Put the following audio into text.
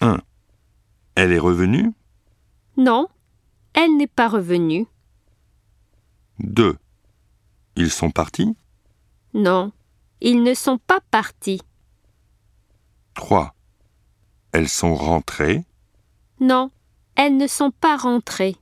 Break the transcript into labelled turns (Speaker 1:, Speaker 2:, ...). Speaker 1: 1. Elle est revenue
Speaker 2: Non, elle n'est pas revenue.
Speaker 1: 2. Ils sont partis
Speaker 2: Non, ils ne sont pas partis.
Speaker 1: 3. Elles sont rentrées
Speaker 2: Non, elles ne sont pas rentrées.